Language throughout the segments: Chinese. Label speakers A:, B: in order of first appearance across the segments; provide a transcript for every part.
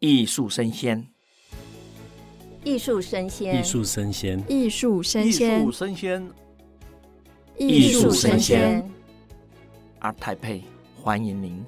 A: 艺术生鲜，
B: 艺术生鲜
C: 艺，术生鲜，
D: 艺术生
A: 艺
D: 鲜
A: 术，生鲜
D: 艺
A: 术生
D: 鲜
A: 鲜，Art Taipei，欢迎您。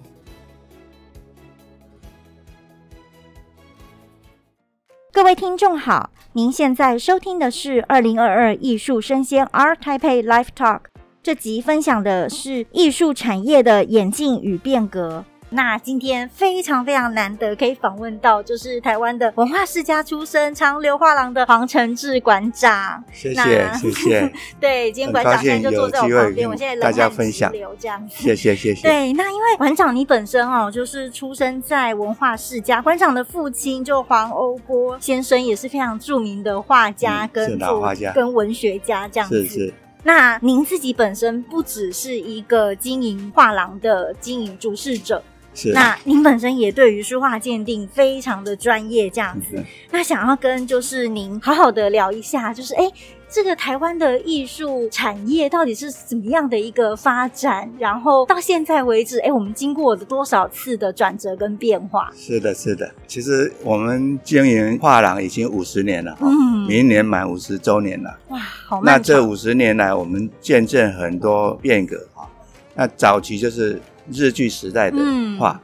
E: 各位听众好，您现在收听的是二零二二艺术生鲜 Art Taipei Live Talk。这集分享的是艺术产业的演进与变革。那今天非常非常难得可以访问到，就是台湾的文化世家出身长流画廊的黄承志馆长。
F: 谢谢
E: 那
F: 谢谢
E: 对，今天
F: 很
E: 馆
F: 高
E: 长现
F: 兴
E: 在就
F: 有
E: 坐在我
F: 机
E: 旁
F: 会
E: 边，
F: 跟
E: 我现在
F: 大
E: 冷
F: 家
E: 汗
F: 分
E: 直
F: 享
E: 流这样子。
F: 谢谢谢 谢，
E: 对，那因为馆长你本身哦，就是出生在文化世家，馆长的父亲就黄欧波先生也是非常著名的画家
F: 嗯
E: 跟
F: 是的
E: 作
F: 画家
E: 跟文学家这样子。
F: 是是
E: 那您自己本身不只是一个经营画廊的经营主事者，
F: 是。
E: 那您本身也对于书画鉴定非常的专业这样子。
F: 嗯
E: 那想要跟就是您好好的聊一下，就是哎，诶这个台湾的艺术产业到底是怎么样的一个发展？然后到现在为止，哎，我们经过了多少次的转折跟变化？
F: 是的，是的。其实我们经营画廊已经五十年了，哈，
E: 嗯，
F: 明年满五十周年了。
E: 哇，好
F: 哦那
E: 漫长
F: 这五十年来，我们见证很多变革哈。那早期就是日据时代的
E: 嗯
F: 画，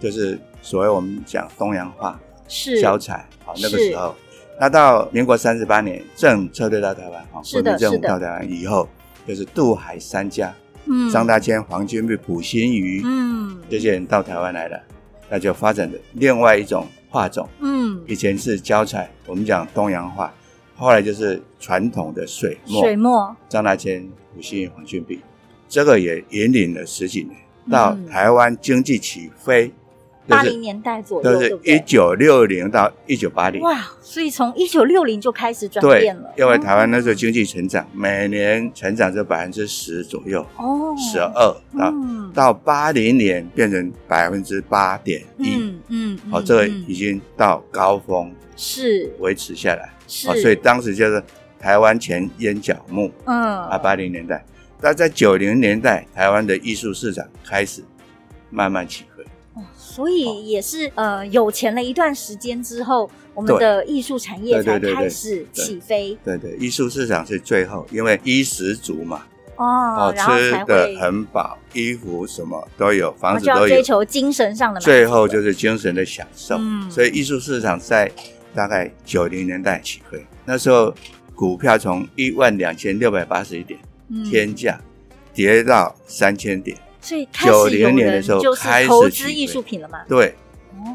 F: 就是所谓我们讲东洋画、
E: 是
F: 教材，好那个
E: 是
F: 时候。那到民国三十八年正撤退到台湾，哈，
E: 是
F: 国
E: 的
F: 民政府
E: 是的
F: 到台湾以后，就是渡海三家，
E: 嗯
F: 张大千、黄君璧、普心瑜，
E: 嗯
F: 这些人到台湾来了，那就发展的另外一种画种。
E: 嗯
F: 以前是胶彩，我们讲东洋画，后来就是传统的水墨。
E: 水墨
F: 张大千、普心瑜、黄君璧，这个也引领了十几年，到
E: 嗯
F: 台湾经济起飞，
E: 八
F: 就
E: 零
F: 是
E: 年代左右，
F: 就
E: 对
F: 是
E: 不
F: 一
E: 对？
F: 九六零到一九八零。
E: 哇，所以从一九六零就开始转
F: 对
E: 变了，，嗯
F: 因为台湾那时候经济成长，每年成长就百分之十左右，
E: 哦
F: 十二到
E: 嗯
F: 到八零年变成百分之八点一，
E: 嗯嗯，
F: 好，
E: 嗯
F: 这个
E: 嗯
F: 已经到高峰
E: 是
F: 维持下来，
E: 是，
F: 哦好，所以当时就是台湾前烟角木
E: 嗯
F: 啊，八零年代，那在九零年代，台湾的艺术市场开始慢慢起飞，
E: 所以也是呃，有钱了一段时间之后，我们
F: 对
E: 的艺术产业
F: 对对
E: 才
F: 对对
E: 开始起飞
F: 对对，艺术市场是最后，因为衣食足嘛，
E: 哦，然后
F: 吃
E: 才
F: 啊的
E: 会
F: 很饱，衣服什么都有，
E: 我
F: 房子
E: 就要
F: 都
E: 追
F: 有，
E: 求精神上的满足了，
F: 最后就是精神的享受。
E: 嗯
F: 所以艺术市场在大概九零年代起飞，那时候股票从一万两千六百八十一点
E: 嗯
F: 天价跌到三千点，
E: 所以开始有
F: 90年
E: 人
F: 的时候
E: 就是
F: 开始
E: 投
F: 起
E: 资
F: 飞
E: 艺术品了嘛，
F: 对，
E: 哦，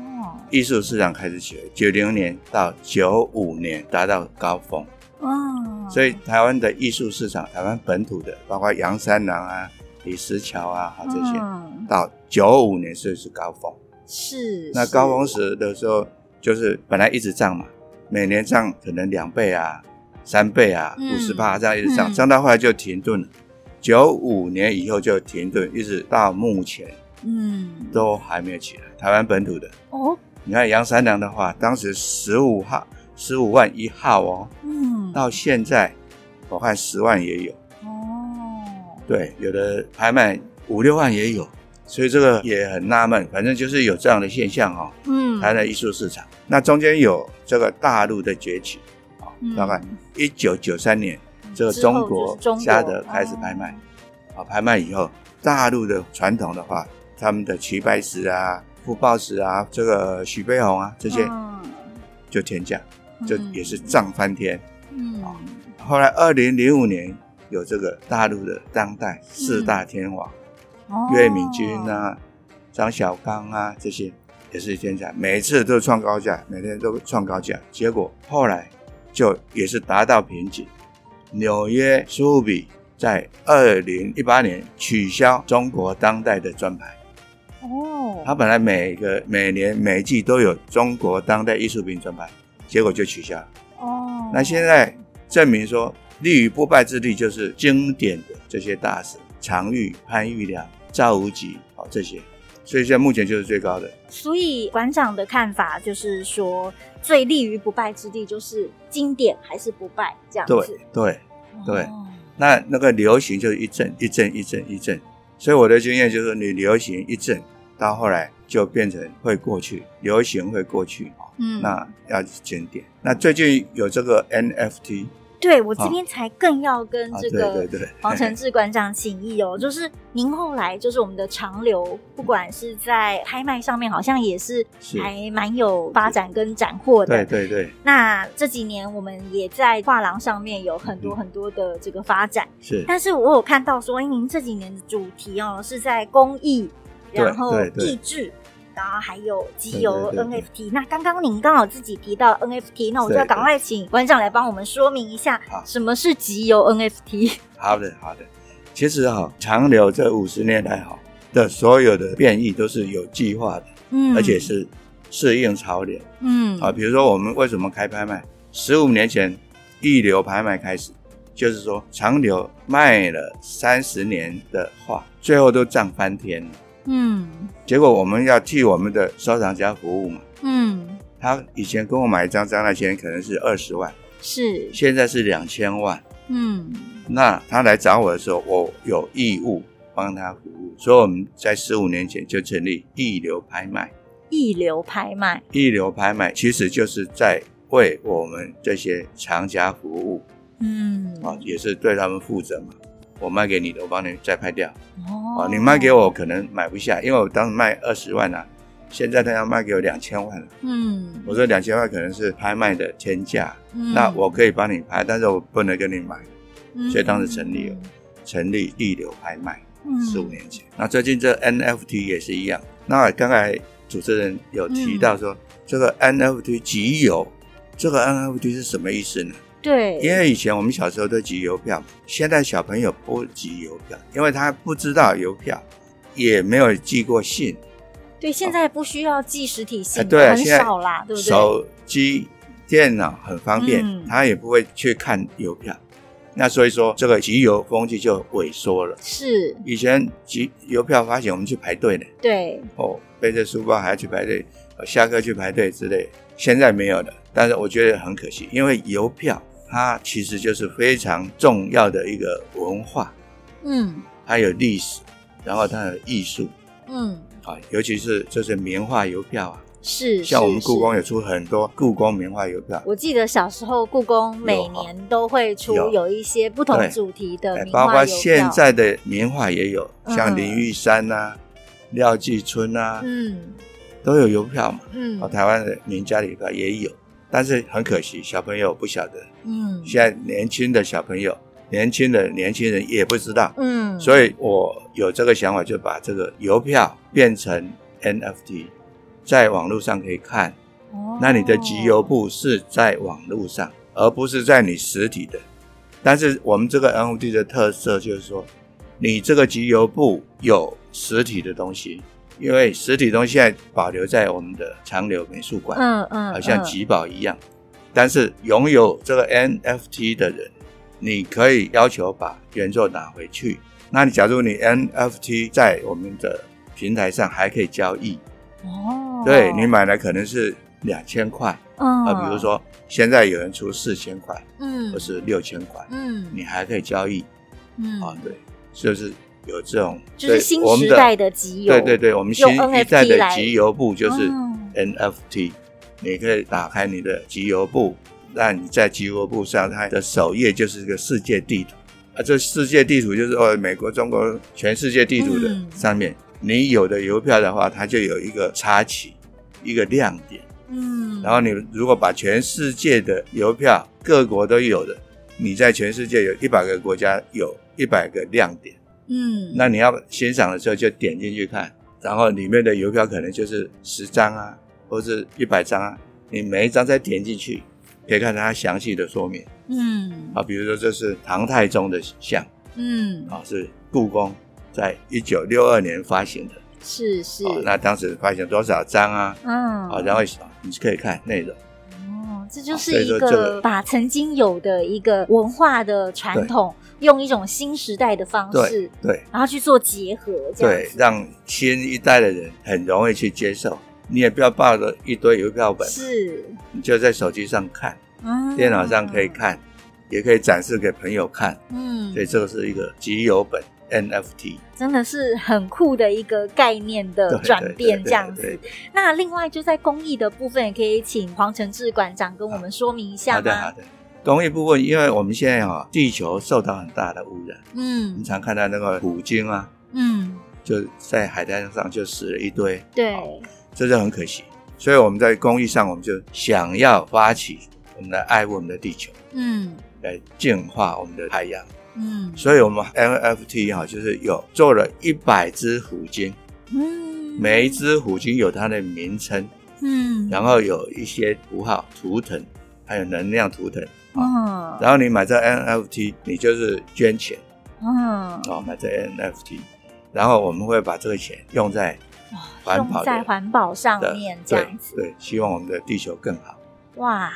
F: 艺术市场开始起飞，九零年到九五年达到高峰，
E: 哦，
F: 所以台湾的艺术市场，台湾本土的，包括杨三郎啊、李石桥啊，好这些，
E: 嗯
F: 到九五年是是高峰。
E: 是
F: 那
E: 是
F: 高峰时的时候，就是本来一直涨嘛，每年涨可能两倍啊、三倍啊、
E: 嗯
F: 五十趴这样一直涨，
E: 嗯
F: 涨到后来就停顿了。九五年以后就停顿，一直到目前
E: 嗯
F: 都还没有起来。台湾本土的，
E: 哦
F: 你看杨三郎的话，当时十五号、十五万一号哦，
E: 嗯
F: 到现在我看十万也有，
E: 哦
F: 对，有的拍卖五六万也有，所以这个也很纳闷。反正就是有这样的现象哦。
E: 嗯
F: 台湾的艺术市场。那中间有这个大陆的崛起，啊、
E: 嗯
F: 大概一九九三年，这个
E: 之后
F: 中
E: 就
F: 国
E: 是中国哦
F: 嘉德开始拍卖，啊、拍卖以后，大陆的传统的话，他们的齐白石啊、傅抱石啊、这个徐悲鸿啊这些
E: 嗯
F: 就天价，就
E: 嗯
F: 也是涨翻天。
E: 嗯
F: 后来二零零五年有这个大陆的当代四
E: 嗯
F: 大天王，
E: 哦
F: 岳敏君啊、张小刚啊这些也是天价，每一次都创高价，每天都创高价。结果后来就也是达到瓶颈。纽约苏富比在二零一八年取消中国当代的专牌，
E: 哦
F: 它本来每个每年每季都有中国当代艺术品专牌，结果就取消了。
E: 哦
F: 那现在证明说，立于不败之地就是经典的这些大师，常玉、潘玉良、赵无极，好、这些，所以现在目前就是最高的。
E: 所以馆长的看法就是说，最立于不败之地就是经典还是不败这样
F: 对
E: 子。
F: 对，对
E: 哦
F: 那那个流行就是一阵一阵一阵一阵，所以我的经验就是，你流行一阵，到后来就变成会过去，流行会过去，
E: 嗯，
F: 那要检点。那最近有这个 NFT
E: 对我这边才更要跟
F: 啊，
E: 这
F: 对
E: 个、
F: 对对，
E: 黄承志馆长请益哦，就是您后来就是我们的长流，不管是在拍卖上面，好像也是
F: 是
E: 还蛮有发展跟斩获
F: 对
E: 的。
F: 对对，
E: 那这几年我们也在画廊上面有很多
F: 嗯
E: 很多的这个发展，
F: 是
E: 但是我有看到说，哎，您这几年的主题哦是在公益，
F: 对
E: 然后
F: 对对
E: 益智。然后还有集邮
F: 对对对
E: NFT，那刚刚您刚好自己提到 NFT，那我就要
F: 对对
E: 赶快请馆长来帮我们说明一下
F: 好
E: 什么是集邮 NFT。
F: 好的好的。其实哈、长流这五十年来哈、的所有的变异都是有计划的，
E: 嗯，
F: 而且是适应潮流。
E: 嗯
F: 啊，比如说我们为什么开拍卖？十五年前一流拍卖开始，就是说长流卖了三十年的画，最后都涨翻天了。
E: 嗯
F: 结果我们要替我们的收藏家服务嘛，
E: 嗯
F: 他以前跟我买一张张那钱可能是二十万，
E: 是
F: 现在是两千万。
E: 嗯
F: 那他来找我的时候，我有义务帮他服务，所以我们在十五年前就成立一流拍卖。
E: 一流拍卖
F: 一流拍卖其实就是在为我们这些藏家服务。
E: 嗯
F: 啊，也是对他们负责嘛。我卖给你的，我帮你再拍掉
E: 哦
F: 啊。你卖给我可能买不下，因为我当时卖二十万啊，现在他要卖给我两千万了。
E: 嗯
F: 我说两千万可能是拍卖的天价，
E: 嗯
F: 那我可以帮你拍，但是我不能跟你买。
E: 嗯
F: 所以当时成立了成立一流拍卖，
E: 嗯
F: 十五年前。那最近这 NFT 也是一样。那刚才主持人有提
E: 嗯
F: 到说，这个 NFT 集邮，这个 NFT 是什么意思呢？
E: 对，
F: 因为以前我们小时候都集邮票嘛，现在小朋友不集邮票，因为他不知道邮票，也没有寄过信，
E: 对现在不需要寄实体信，
F: 哎对啊
E: 很
F: 现在
E: 少啦，对不对？
F: 手机、电脑很方便，
E: 嗯
F: 他也不会去看邮票。那所以说，这个集邮风气就萎缩了。
E: 是
F: 以前集邮票发行，我们去排队呢，
E: 对，
F: 哦，背着书包还要去排队，呃下课去排队之类。现在没有了，但是我觉得很可惜，因为邮票它其实就是非常重要的一个文化。
E: 嗯
F: 它有历史，然后它有艺术
E: 嗯
F: 啊，尤其是就是名画邮票啊，
E: 是，
F: 像
E: 是
F: 我们故宫。
E: 是
F: 有出很多故宫名画邮票，
E: 我记得小时候，故宫每
F: 有哈
E: 年都会出
F: 有
E: 有一些不同
F: 对
E: 主题的
F: 哎
E: 名
F: 包
E: 画
F: 括
E: 邮
F: 现
E: 票，
F: 在的名画也有，
E: 嗯
F: 像林玉山呐、廖继春呐、
E: 嗯
F: 都有邮票嘛，啊，
E: 嗯
F: 台湾的名家里边也有，但是很可惜，小朋友不晓得，
E: 嗯，
F: 现在年轻的小朋友、年轻的年轻人也不知道，
E: 嗯，
F: 所以我有这个想法，就把这个邮票变成 NFT，在网络上可以看。
E: 哦
F: 那你的集邮部是在网络上，而不是在你实体的。但是我们这个 NFT 的特色就是说，你这个集邮部有实体的东西，因为实体东西现在保留在我们的长留美术馆，
E: 嗯嗯，
F: 好
E: 嗯
F: 像集宝一样。但是拥有这个 NFT 的人，你可以要求把原作拿回去。那你假如你 NFT 在我们的平台上还可以交易，
E: 哦，
F: 对你买来可能是两千块。
E: 嗯
F: 啊，比如说现在有人出四千块
E: 嗯，
F: 或是六千块，
E: 嗯
F: 你还可以交易
E: 嗯
F: 啊，对，就是有这种
E: 就是新
F: 对我们
E: 时代的集邮，
F: 对对对，我们新
E: 用
F: 一代
E: NFT
F: 的
E: 来
F: 集邮部就是
E: 嗯
F: NFT，你可以打开你的集邮部，那你在集邮部上它的首页就是一个世界地图啊，这世界地图就是哦美国、中国全世界地图的
E: 嗯
F: 上面，你有的邮票的话，它就有一个插旗，一个亮点。
E: 嗯，
F: 然后你如果把全世界的邮票，各国都有的，你在全世界有一百个国家有一百个亮点，
E: 嗯，
F: 那你要欣赏的时候就点进去看，然后里面的邮票可能就是十张啊，或是一百张啊，你每一张再点进去，可以看它详细的说明
E: 嗯
F: 啊，比如说这是唐太宗的像
E: 嗯
F: 啊，是故宫在一九六二年发行的
E: 是是
F: 啊，那当时发行多少张啊？
E: 嗯
F: 啊，然后你可以看内容。
E: 哦，这就
F: 啊
E: 是
F: 所以
E: 一
F: 说这
E: 个
F: 个
E: 把曾经有的一个文化的传
F: 对
E: 统，用一种新时代的方式
F: 对，对，
E: 然后去做结合，这样
F: 对
E: 子，
F: 让新一代的人很容易去接受。你也不要抱着一堆邮票本，
E: 是
F: 你就在手机上看，
E: 嗯，
F: 电脑上可以看，也可以展示给朋友看。
E: 嗯，
F: 所以这个是一个集邮本， NFT
E: 真的是很酷的一个概念的
F: 对
E: 转
F: 对对
E: 变，
F: 对
E: 这样
F: 对
E: 子
F: 对。对
E: 那另外就在公益的部分，也可以请黄承志馆长跟我们说明一下
F: 好的好
E: 吗？
F: 的。公益部分，因为我们现在哈、地球受到很大的污染，我们
E: 嗯
F: 常看到那个虎鲸啊，
E: 嗯，
F: 就在海滩上就死了一堆，
E: 对，
F: 这是很可惜。所以我们在公益上，我们就想要发起我们来爱护我们的地球，
E: 嗯
F: 来净化我们的海洋。
E: 嗯
F: 所以，我们 NFT 哈、就是有做了一百只虎鲸，
E: 嗯，
F: 每一只虎鲸有它的名称，
E: 嗯，
F: 然后有一些符号图腾，还有能量图腾。
E: 嗯
F: 然后你买这 NFT，你就是捐钱
E: 嗯，
F: 啊、哦，买这 NFT，然后我们会把这个钱用在环
E: 用
F: 保
E: 在
F: 的
E: 环保上
F: 的
E: 面这
F: 对
E: 样子。
F: 对，希望我们的地球更好。
E: 哇，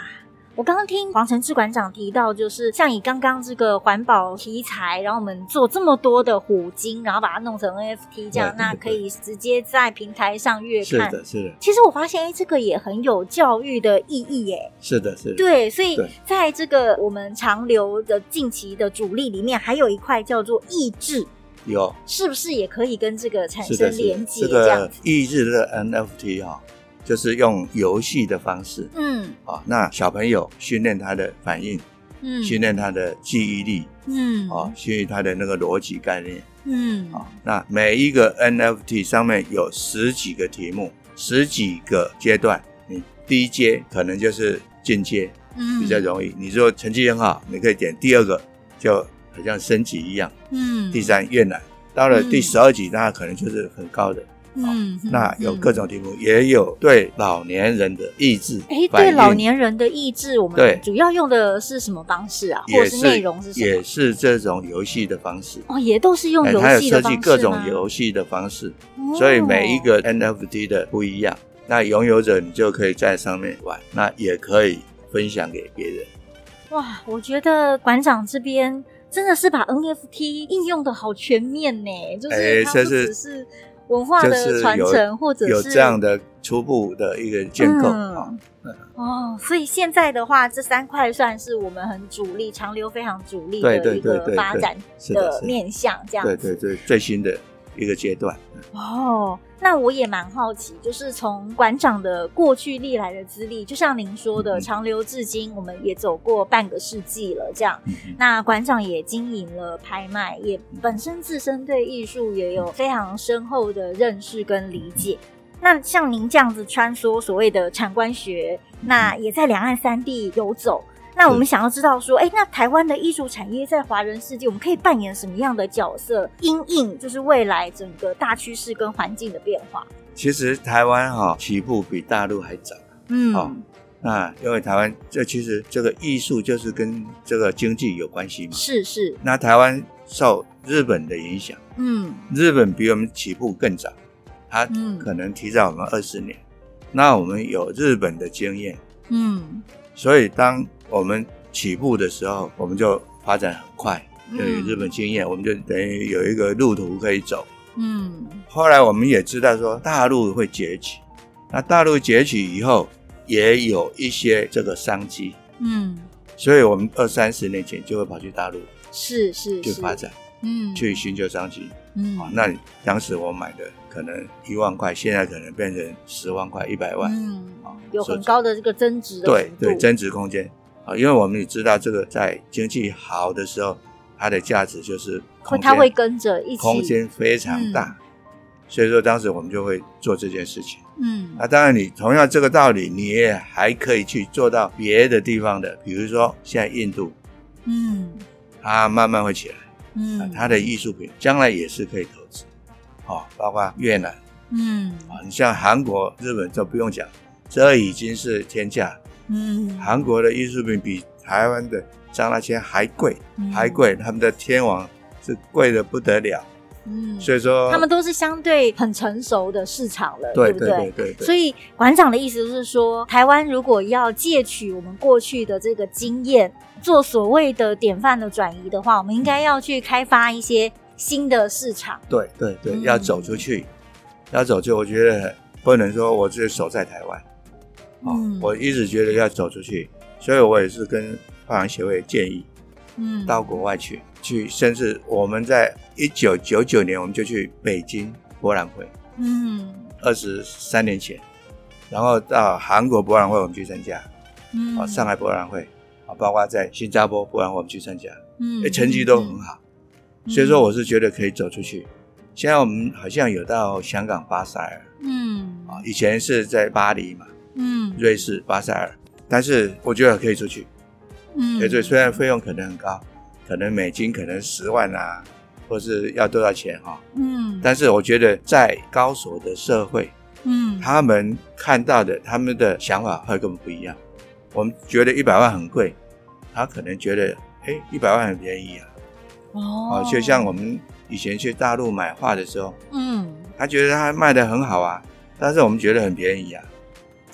E: 我刚刚听黄承志馆长提到，就是像以刚刚这个环保题材，然后我们做这么多的虎鲸，然后把它弄成 NFT 这样，
F: 对对
E: 那可以直接在平台上阅
F: 是
E: 看。
F: 的，是的，
E: 其实我发现，哎，这个也很有教育的意义，耶。
F: 是的，是的。
E: 对，所以
F: 对
E: 在这个我们长流的近期的主力里面，还有一块叫做意志，
F: 有
E: 是不是也可以跟这个产
F: 是
E: 生
F: 的，是
E: 连
F: 的。
E: 接？
F: 这
E: 这样
F: 个
E: 子，
F: 益智的 NFT 哈、哦就是用游戏的方式
E: 嗯
F: 啊、那小朋友训练他的反应，
E: 嗯，
F: 训练他的记忆力
E: 嗯
F: 啊、训练他的那个逻辑概念。
E: 嗯
F: 啊、那每一个 NFT 上面有十几个题目，十几个阶段。你第一阶可能就是进阶，
E: 嗯
F: 比较容易。你如果成绩很好，你可以点第二个，就好像升级一样。
E: 嗯
F: 第三越难，到了第
E: 嗯
F: 十二级，那可能就是很高的。
E: 嗯，嗯
F: 那有
E: 嗯
F: 各种题目，也有对老年人的意志反
E: 哎，
F: 应，
E: 对老年人的意志，我们
F: 对
E: 主要用的是什么方式啊？或
F: 也
E: 者是内容是什
F: 也
E: 么？
F: 是这种游戏的方式。
E: 哦，也都是用
F: 哎
E: 游
F: 它有
E: 戏的
F: 设
E: 方
F: 计
E: 式
F: 各种
E: 吗，
F: 游戏的方式，
E: 哦
F: 所以每一个 NFT 的不一样，那拥有者你就可以在上面玩，那也可以分享给别人。
E: 哇，我觉得馆长这边真的是把 NFT 应用的好全面呢，就是
F: 哎
E: 它
F: 这
E: 不
F: 是
E: 只是文化
F: 就是
E: 的传
F: 有
E: 承，或者
F: 有
E: 是
F: 这样的初步的一个建构
E: 嗯
F: 啊，
E: 哦，所以现在的话，这三块算是我们很主力、长流非常主力
F: 对
E: 的
F: 对
E: 一
F: 对
E: 个
F: 对
E: 发
F: 对
E: 展
F: 是的
E: 的
F: 是的
E: 面向，这样
F: 对
E: 子。
F: 对对，最新的一个阶段。
E: 哦，那我也蛮好奇，就是从馆长的过去历来的资历，就像您说的，
F: 嗯
E: 长流至今，我们也走过半个世纪了，这样。
F: 嗯嗯
E: 那馆长也经营了拍卖，也本身自身对艺术也有非常深厚的认识跟理解。那像您这样子穿梭所谓的产官学，那也在两岸三地游走。那我们想要知道说，哎、那台湾的艺术产业在华人世界，我们可以扮演什么样的角色？因应就是未来整个大趋势跟环境的变化。
F: 其实台湾哈、起步比大陆还早。
E: 嗯，
F: 好那因为台湾这其实这个艺术就是跟这个经济有关系嘛。
E: 是是，
F: 那台湾受日本的影响，
E: 嗯
F: 日本比我们起步更早，它
E: 嗯
F: 可能提早我们二十年。那我们有日本的经验，
E: 嗯
F: 所以当我们起步的时候，我们就发展很快，
E: 嗯
F: 就有日本经验，我们就等于有一个路途可以走。
E: 嗯
F: 后来我们也知道说大陆会崛起，那大陆崛起以后也有一些这个商机，
E: 嗯，
F: 所以我们二三十年前就会跑去大陆
E: 是是
F: 去
E: 是，
F: 发展，
E: 嗯
F: 去寻求商机。
E: 嗯
F: 啊，那当时我买的可能一万块，现在可能变成十万块、一百万，
E: 嗯
F: 啊，
E: 有
F: 所以
E: 很高的这个增值的
F: 对
E: 幅
F: 对，
E: 度
F: 增值空间啊，因为我们也知道这个在经济好的时候，它的价值就是
E: 会
F: 空间，
E: 它会跟着一起
F: 空间非常大，所以说当时我们就会做这件事情。
E: 嗯
F: 那当然，你同样这个道理，你也还可以去做到别的地方的，比如说现在印度，
E: 嗯
F: 它慢慢会起来，啊
E: 嗯，
F: 它的艺术品将来也是可以投资，哦，包括越南
E: 嗯
F: 啊，你像韩国、日本就不用讲，这已经是天价。
E: 嗯
F: 韩国的艺术品比台湾的张大千还贵，
E: 嗯
F: 还贵，他们的天王是贵的不得了，
E: 嗯，
F: 所以说
E: 他们都是相对很成熟的市场了，
F: 对
E: 不
F: 对对对对，
E: 所以馆长的意思就是说，台湾如果要借取我们过去的这个经验，做所谓的典范的转移的话，我们应该要去开发一些新的市场。
F: 对对对，
E: 嗯
F: 要走出去，要走出去，我觉得不能说我只守在台湾，哦
E: 嗯，
F: 我一直觉得要走出去，所以我也是跟发行协会建议，
E: 嗯
F: 到国外去，去甚至我们在一九九九年我们就去北京博览会，
E: 嗯
F: 二十三年前，然后到韩国博览会我们去参加，
E: 嗯
F: 啊，上海博览会啊，包括在新加坡博览会我们去参加，
E: 嗯
F: 诶哎成绩都很好，所以说我是觉得可以走出去。现在我们好像有到香港巴塞尔
E: 嗯
F: 啊，以前是在巴黎嘛，
E: 嗯
F: 瑞士巴塞尔，但是我觉得可以出去，
E: 嗯
F: 哎可以出去，虽然费用可能很高，可能美金可能十万啊，或是要多少钱哈、
E: 嗯
F: 但是我觉得在高手的社会，
E: 嗯
F: 他们看到的他们的想法会跟我们不一样。我们觉得一百万很贵，他可能觉得哎一百万很便宜啊。
E: 哦
F: 哦，就像我们以前去大陆买画的时候，
E: 嗯
F: 他觉得他卖的很好啊，但是我们觉得很便宜啊。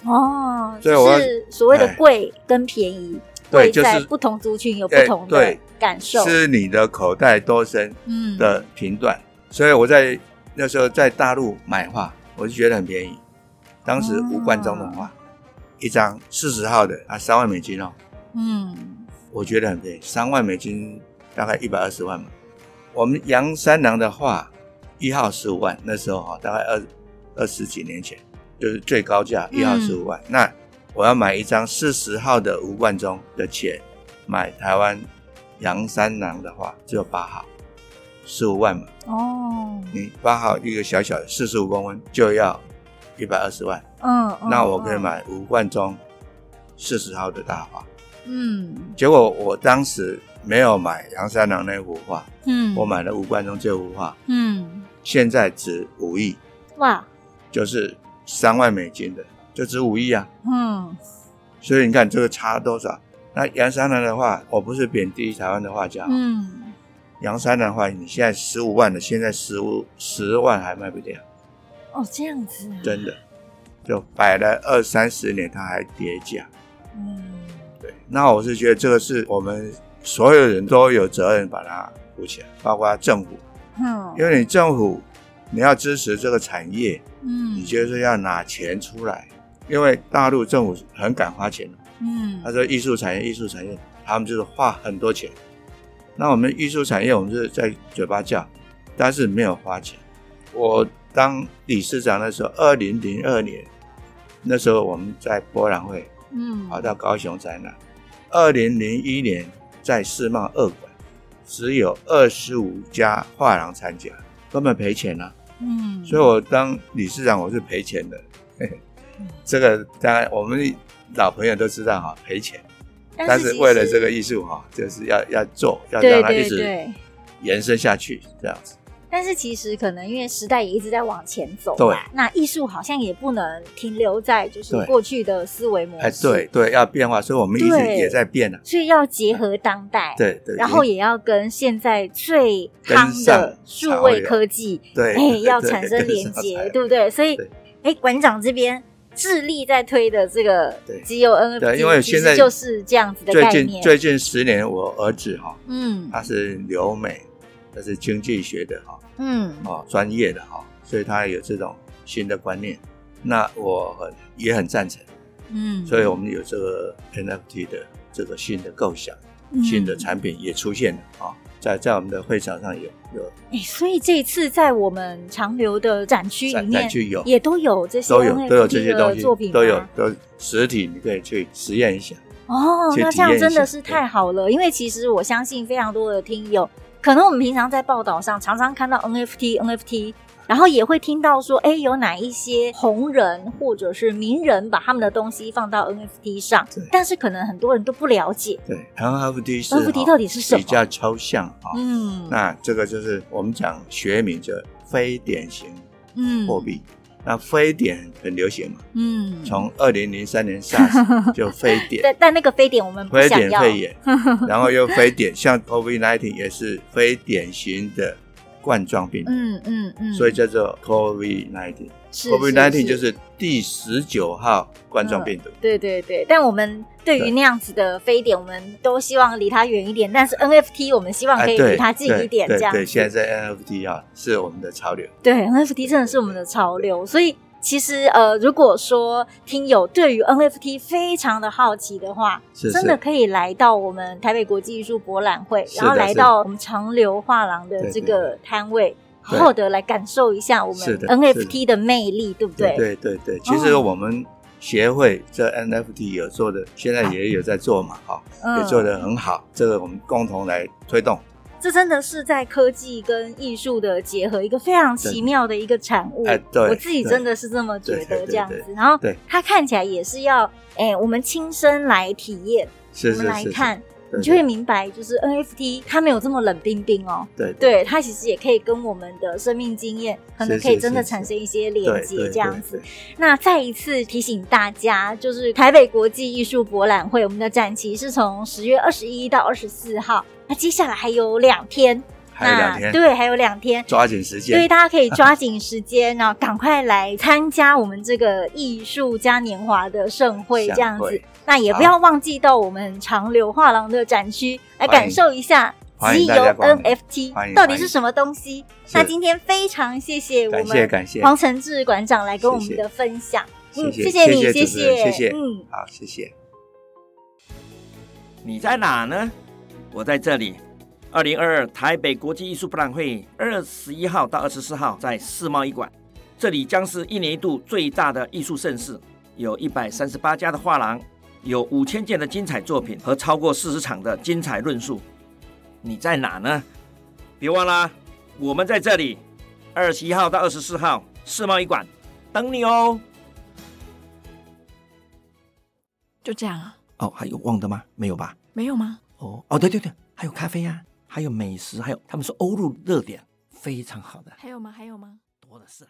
E: 哦，
F: 所以我要
E: 就是所谓的
F: 哎
E: 贵跟便宜，
F: 对，
E: 贵
F: 就
E: 在
F: 是
E: 不同族群有不
F: 哎
E: 同的
F: 对
E: 感受，
F: 是你的口袋多深
E: 嗯
F: 的评断。所以我在那时候在大陆买画，我就觉得很便宜。当时吴冠中的画，一张四十号的啊，三万美金哦。
E: 嗯
F: 我觉得很便宜，三万美金大概一百二十万嘛。我们杨三郎的画，一号十五万，那时候哈、大概二二十几年前，就是最高价
E: 嗯
F: 一号十五万。那我要买一张四十号的吴冠中的钱，买台湾杨三郎的画，只有八号，十五万嘛。
E: 哦
F: 你八号一个小小的四十五公分就要一百二十万，
E: 嗯，嗯
F: 那我可以买吴冠中四十号的大画。
E: 嗯
F: 结果我当时没有买杨三郎那幅画，
E: 嗯，
F: 我买了吴冠中这幅画，
E: 嗯
F: 现在值五亿，
E: 哇
F: 就是三万美金的，就值五亿啊。
E: 嗯
F: 所以你看这个差多少？那杨三郎的画，我不是贬低台湾的画家，
E: 嗯
F: 杨三郎的画你现在十五万的，现在十五十万还卖不掉，
E: 哦这样子啊，
F: 真的，就摆了二三十年，它还跌价。
E: 嗯
F: 对，那我是觉得这个是我们所有人都有责任把它扶起来，包括政府。
E: 嗯
F: 因为你政府你要支持这个产业，
E: 嗯
F: 你就是要拿钱出来。因为大陆政府很敢花钱，
E: 嗯
F: 他说艺术产业、艺术产业，他们就是花很多钱。那我们艺术产业，我们是在嘴巴叫，但是没有花钱。我当理事长的时候，二零零二年，那时候我们在博览会
E: 嗯
F: 跑到高雄展览。二零零一年在世贸二馆，只有二十五家画廊参加，根本赔钱啊！
E: 嗯，
F: 所以我当理事长我是赔钱的。嘿嘿这个当然我们老朋友都知道哈、赔钱。但是
E: 其
F: 为了
E: 实
F: 这个艺术哈、就是要要做，要
E: 对
F: 让它
E: 对
F: 一直
E: 对。
F: 延伸下去，这样子。
E: 但是其实可能因为时代也一直在往前走嘛，
F: 对
E: 那艺术好像也不能停留在就是
F: 对
E: 过去的思维模
F: 哎，
E: 式，
F: 对，对，要变化，所以我们一直
E: 对
F: 也在变啊。
E: 所以要结合当代，，
F: 对对，
E: 然后也要跟现在最夯的数位科技，
F: 对，
E: 哎，要
F: 对啊
E: 产生连 接，对。不对？
F: 对跟上才
E: 所以
F: 对，
E: 哎，馆长这边致力在推的这个
F: 对
E: G O N F
F: 对
E: T，
F: 因为现在
E: 就是这样子的
F: 最
E: 概
F: 近
E: 念，
F: 最啊近十年，我儿子哈、
E: 嗯
F: 他是留美，他是经济学的哈、
E: 嗯
F: 哦专业的哈、所以他有这种新的观念。那我很也很赞成，
E: 嗯，
F: 所以我们有这个 NFT 的这个新的构想，
E: 嗯
F: 新的产品也出现了啊、在在我们的会场上有有
E: 哎，所以这一次在我们长流的展区里
F: 展
E: 面
F: 展。区有
E: 也都有这些
F: 都有
E: NFT
F: 都有这些东
E: 的
F: 西
E: 作品，
F: 都有都实体，你可以去实验一下。
E: 哦，
F: 去
E: 那
F: 体
E: 这样
F: 验一
E: 真的
F: 下
E: 是
F: 对
E: 太好了，因为其实我相信非常多的听友，可能我们平常在报道上常常看到 NFT NFT，然后也会听到说，哎，有哪一些红人或者是名人把他们的东西放到 NFT 上
F: 对，
E: 但是可能很多人都不了解，
F: 对，NFT 是
E: NFT
F: 哈
E: 到底是什么
F: 比较抽象啊、
E: 嗯
F: 那这个就是我们讲学名，就非典型
E: 嗯
F: 货币。那非典很流行嘛，
E: 嗯，
F: 从二零零三年 SARS 就非 典，
E: 但但那个非典我们不
F: 非
E: 想
F: 典
E: 要，
F: 肺炎， 然后又非典， 像 COVID-19 也是非典型的冠状病毒，
E: 嗯嗯嗯，
F: 所以叫做 COVID-19。
E: 是嗯
F: COVID-19 就是是第十九号冠状病毒。
E: 对对对，但我们对于
F: 对
E: 那样子的非典，我们都希望离它远一点。但是 NFT 我们希望可以
F: 哎对
E: 离它近一点，
F: 对
E: 这
F: 对
E: 样
F: 对，
E: 子。
F: 现在 NFT 啊是我们的潮流，
E: 对 NFT 真的是我们的潮流，所以其实呃，如果说听友对于 NFT 非常的好奇的话，
F: 是
E: 真
F: 是
E: 的可以来到我们台北国际艺术博览会，
F: 是的
E: 然后来到我们长流画廊的这
F: 对
E: 个摊位，好
F: 对
E: 好的来感受一下我
F: 是
E: 们
F: 的
E: NFT 的魅力，对不对？
F: 对对对，其实
E: 哦
F: 我们协会这 NFT 有做的，现
E: 嗯
F: 在也有在做嘛，哈、也做得很好，这个我们共同来推动。
E: 这真的是在科技跟艺术的结合，一个非常奇妙的一个产物。
F: 哎对
E: 我自己真的是这么觉
F: 对对
E: 得
F: 对
E: 这样
F: 对
E: 子。然后
F: 对
E: 它看起来也是要，哎，我们亲身来体验，
F: 是
E: 我
F: 是
E: 们来
F: 是，
E: 看，
F: 对
E: 你就会明白，就是 NFT 它没有这么冷冰冰哦。
F: 对
E: 对，它其实也可以跟我们的生命经验，可能
F: 是
E: 可以
F: 是
E: 真的
F: 是
E: 产
F: 是
E: 生一些连
F: 对
E: 接
F: 对
E: 这样
F: 对
E: 子
F: 对。
E: 那再一次提醒大家，就是台北国际艺术博览会，我们的展期是从十月二十一到二十四号，那接下来还有两天，
F: 还有两
E: 那
F: 天，
E: 对，还有两天。
F: 抓紧时
E: 所以
F: 间。
E: 大家可以抓紧时间，然后赶快来参加我们这个艺术嘉年华的盛会，
F: 盛
E: 这样子
F: 会。
E: 那也不要忘记到我们长流画廊的展区来
F: 欢迎
E: 感受一下
F: 欢
E: 集
F: 迎
E: 邮
F: 大家光临欢
E: NFT
F: 迎
E: 到底
F: 欢
E: 是
F: 迎
E: 什么东西。
F: 是
E: 那今天非常谢谢我
F: 感谢
E: 们
F: 感谢，
E: 黄承志馆长来跟我们
F: 谢谢
E: 的分享。嗯，
F: 谢
E: 谢你，谢
F: 谢主持人，谢谢，
E: 嗯，
F: 好，谢谢，
A: 你在哪呢？我在这里。二零二二台北国际艺术博览会二十一号到二十四号在世贸一馆，这里将是一年一度最大的艺术盛事，有一百三十八家的画廊，有五千件的精彩作品和超过四十场的精彩论述。你在哪呢？别忘了，我们在这里，二十一号到二十四号世贸一馆等你哦。
D: 就这样啊？
A: 哦，还有忘的吗？没有吧？
D: 没有吗？
A: 哦哦，对对对，还有咖啡啊，还有美食，还有他们说欧陆热点，非常好的，
D: 还有吗？还有吗？
A: 多的是啊。